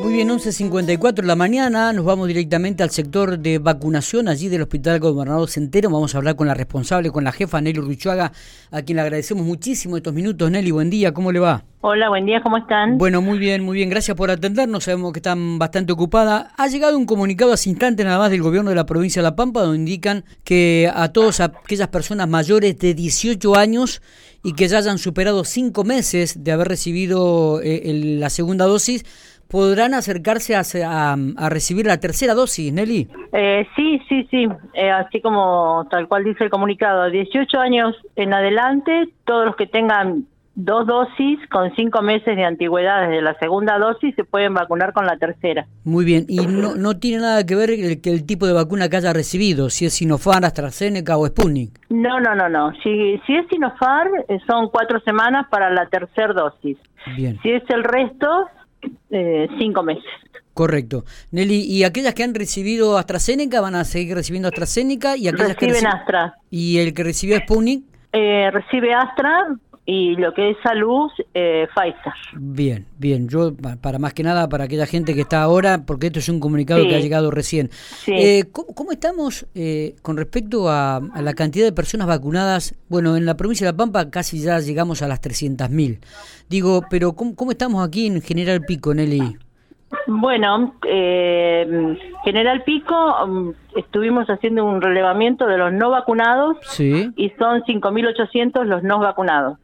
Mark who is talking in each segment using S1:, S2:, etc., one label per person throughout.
S1: Muy bien, 11.54 de la mañana, nos vamos directamente al sector de vacunación, allí del Hospital Gobernador Centeno, vamos a hablar con la responsable, con la jefa Nelly Ruchuaga, a quien le agradecemos muchísimo estos minutos. Nelly, buen día, ¿cómo le va?
S2: Hola, buen día, ¿cómo están?
S1: Bueno, muy bien, muy bien, gracias por atendernos, sabemos que están bastante ocupada. Ha llegado un comunicado hace instantes nada más del gobierno de la provincia de La Pampa, donde indican que a todas aquellas personas mayores de 18 años y que ya hayan superado 5 meses de haber recibido eh, el- la segunda dosis, podrán acercarse a, a- a recibir la tercera dosis, Nelly.
S2: Eh, sí, sí, sí, eh, así como tal cual dice el comunicado, 18 años en adelante, todos los que tengan dos dosis con cinco meses de antigüedad desde la segunda dosis se pueden vacunar con la tercera.
S1: Muy bien, y no, no tiene nada que ver el, que el tipo de vacuna que haya recibido, si es Sinopharm, AstraZeneca o Sputnik.
S2: No, no, no, no. Si, si es Sinopharm, eh, son cuatro semanas para la tercera dosis.
S1: Bien,
S2: Si es el resto, eh, cinco meses.
S1: correcto. Nelly, ¿y aquellas que han recibido AstraZeneca van a seguir recibiendo AstraZeneca? y aquellas que
S2: Reciben
S1: reci-
S2: Astra.
S1: ¿Y el que recibió Sputnik?
S2: Eh, recibe Astra y lo que es salud, eh, Pfizer.
S1: Bien, bien. Yo, pa- para más que nada, para aquella gente que está ahora, porque esto es un comunicado
S2: Sí.
S1: que ha llegado recién.
S2: Sí.
S1: Eh, ¿cómo, cómo estamos eh, con respecto a, a la cantidad de personas vacunadas? Bueno, en la provincia de La Pampa casi ya llegamos a las 300.000. Digo, pero ¿cómo, cómo estamos aquí en General Pico, Nelly?
S2: Bueno, eh, General Pico, mm, estuvimos haciendo un relevamiento de los no vacunados
S1: Sí.
S2: y son 5.800 los no vacunados.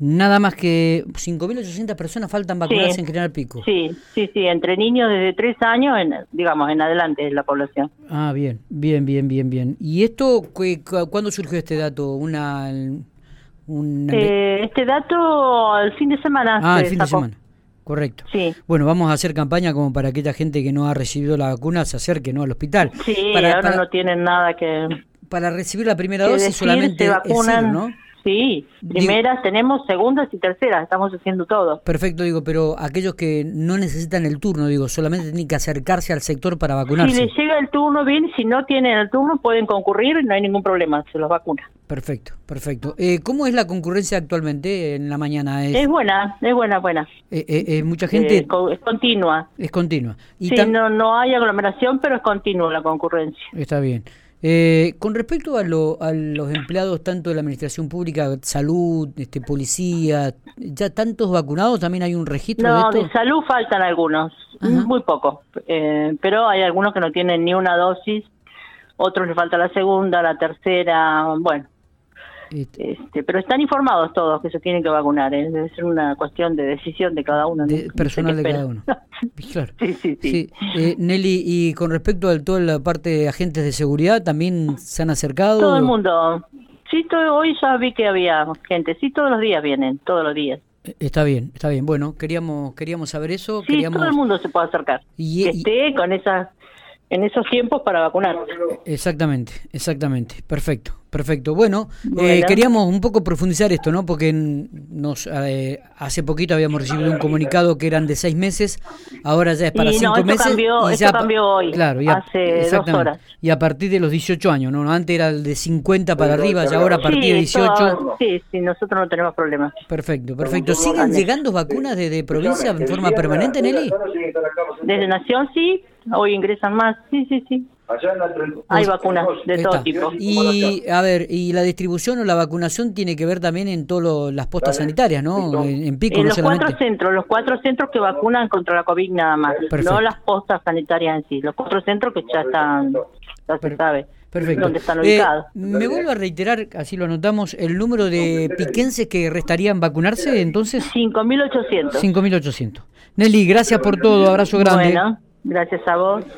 S1: Nada más que 5.800 personas faltan vacunarse en General Pico.
S2: Sí, sí, sí, entre niños desde tres años, en, digamos, en adelante es la población.
S1: Ah, bien, bien, bien, bien, bien. ¿Y esto, cu- cu- cuándo surgió este dato? ¿Una, una
S2: Eh, este dato el fin de semana.
S1: Ah,
S2: se
S1: el fin de
S2: sacó.
S1: semana. Correcto.
S2: Sí.
S1: Bueno, vamos a hacer campaña como para aquella gente que no ha recibido la vacuna se acerque ¿no? al hospital.
S2: Sí,
S1: para,
S2: ahora
S1: para-
S2: no tienen nada que,
S1: para recibir la primera
S2: que
S1: dosis
S2: decir,
S1: solamente
S2: se
S1: es
S2: vacunan.
S1: ir, ¿no?
S2: Sí,
S1: Digo-
S2: primeras tenemos, segundas y terceras, estamos haciendo todo.
S1: Perfecto, digo, pero aquellos que no necesitan el turno, digo, solamente tienen que acercarse al sector para
S2: Si
S1: vacunarse.
S2: les llega el turno bien, si no tienen el turno pueden concurrir, no hay ningún problema, se los vacuna.
S1: Perfecto, perfecto. Eh, ¿Cómo es la concurrencia actualmente en la mañana? ¿Es,
S2: Es buena, es buena, buena.
S1: eh, eh, eh, mucha gente?
S2: Eh, co- es continua.
S1: es continua. Y
S2: Sí,
S1: tam-
S2: no, no hay aglomeración, pero es continua la concurrencia.
S1: Está bien. Eh, con respecto a, lo- a los empleados tanto de la administración pública, salud, este, policía, ya tantos vacunados, también hay un registro
S2: No,
S1: de
S2: de
S1: esto.
S2: salud faltan algunos, muy pocos, eh, pero hay algunos que no tienen ni una dosis, otros les falta la segunda, la tercera, bueno,
S1: Este,
S2: este, pero están informados todos que se tienen que vacunar, ¿eh? debe ser una cuestión de decisión de cada uno.
S1: de-
S2: ¿no? No sé qué
S1: personal de cada
S2: espera.
S1: uno. Claro.
S2: Sí, sí, sí.
S1: Sí. Eh, Nelly, y con respecto a toda la parte de agentes de seguridad, ¿también se han acercado?
S2: Todo el mundo. Sí, todo, hoy ya vi que había gente, sí, todos los días vienen, todos los días.
S1: Eh, Está bien, está bien. Bueno, queríamos queríamos saber eso.
S2: Sí,
S1: queríamos...
S2: todo el mundo se puede acercar.
S1: Y-
S2: que
S1: y-
S2: esté con esas, en esos tiempos para vacunar.
S1: Exactamente, exactamente. Perfecto, perfecto. Bueno, eh,
S2: Bueno.
S1: queríamos un poco profundizar esto, ¿no? Porque en- nos eh, hace poquito habíamos recibido un comunicado que eran de seis meses, ahora ya es para
S2: Y no,
S1: cinco
S2: esto
S1: meses.
S2: cambió- esto
S1: pa-
S2: cambió hoy,
S1: Claro, y a-
S2: hace dos
S1: exactamente.
S2: horas.
S1: Y a partir de los 18 años, ¿no? Antes era de 50 para arriba, y ahora a partir de 18.
S2: todo- sí, sí, nosotros no tenemos problemas.
S1: Perfecto, perfecto. ¿Siguen llegando vacunas desde provincia en forma permanente, Nelly?
S2: Desde Nación sí, hoy ingresan más, sí, sí, sí. Hay vacunas de
S1: Ahí
S2: todo
S1: está.
S2: tipo.
S1: Y a ver, y la distribución o la vacunación tiene que ver también en todas las postas sanitarias, ¿no? En, en pico,
S2: En
S1: no
S2: los
S1: solamente.
S2: cuatro centros, los cuatro centros que vacunan contra la COVID nada más,
S1: Perfecto.
S2: no las postas sanitarias en sí, los cuatro centros que ya están, ya se sabe
S1: Perfecto.
S2: dónde están
S1: Eh,
S2: ubicados.
S1: me vuelvo a reiterar, así lo anotamos, el número de piquenses que restarían vacunarse, entonces
S2: 5.800.
S1: 5.800. Nelly, gracias por todo, abrazo grande.
S2: Bueno, gracias a vos.